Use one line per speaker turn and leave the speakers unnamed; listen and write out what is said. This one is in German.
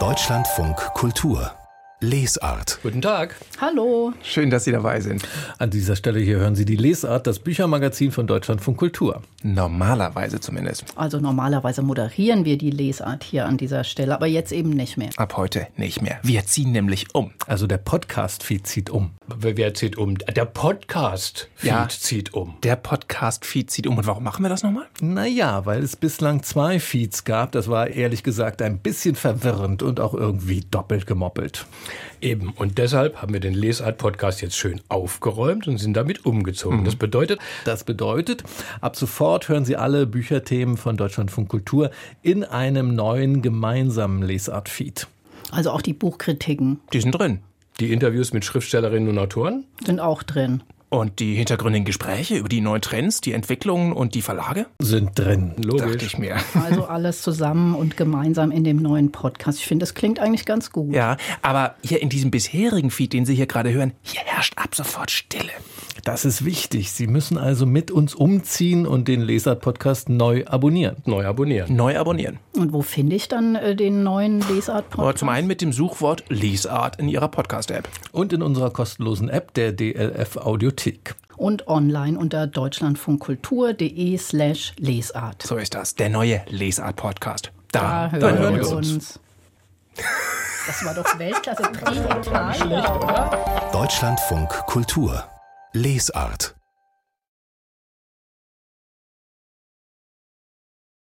Deutschlandfunk Kultur Lesart.
Guten Tag.
Hallo.
Schön, dass Sie dabei sind.
An dieser Stelle hier hören Sie die Lesart, das Büchermagazin von Deutschlandfunk Kultur.
Normalerweise zumindest.
Also normalerweise moderieren wir die Lesart hier an dieser Stelle, aber jetzt eben nicht mehr.
Ab heute nicht mehr. Wir ziehen nämlich um.
Also der Podcast-Feed zieht um.
Wer zieht um? Der Podcast-Feed
Ja.
zieht um.
Der Podcast-Feed zieht um. Und warum machen wir das nochmal?
Naja, weil es bislang zwei Feeds gab, das war ehrlich gesagt ein bisschen verwirrend und auch irgendwie doppelt gemoppelt.
Eben. Und deshalb haben wir den Lesart-Podcast jetzt schön aufgeräumt und sind damit umgezogen. Das bedeutet,
Das bedeutet, ab sofort hören Sie alle Bücherthemen von Deutschlandfunk Kultur in einem neuen gemeinsamen Lesart-Feed.
Also auch die Buchkritiken
Die sind drin.
die Interviews mit Schriftstellerinnen und Autoren,
sind auch drin.
Und die hintergründigen Gespräche über die neuen Trends, die Entwicklungen und die Verlage?
Sind drin.
Dachte
logisch.
ich mir.
Also alles zusammen und gemeinsam in dem neuen Podcast. Ich finde, das klingt eigentlich ganz gut.
Ja, aber hier in diesem bisherigen Feed, den Sie hier gerade hören, hier herrscht ab sofort Stille.
Das ist wichtig. Sie müssen also mit uns umziehen und den Lesart-Podcast neu abonnieren.
Neu abonnieren.
Neu abonnieren.
Und wo finde ich dann äh, den neuen
Aber
Lesart-Podcast?
zum einen mit dem Suchwort Lesart in Ihrer Podcast-App.
Und in unserer kostenlosen App der DLF Audiothek.
Und online unter deutschlandfunkkultur.de slash Lesart.
So ist das. Der neue Lesart-Podcast.
Da hören, wir uns. Das war doch Weltklasse. Trivial.
Deutschlandfunk Kultur Lesart.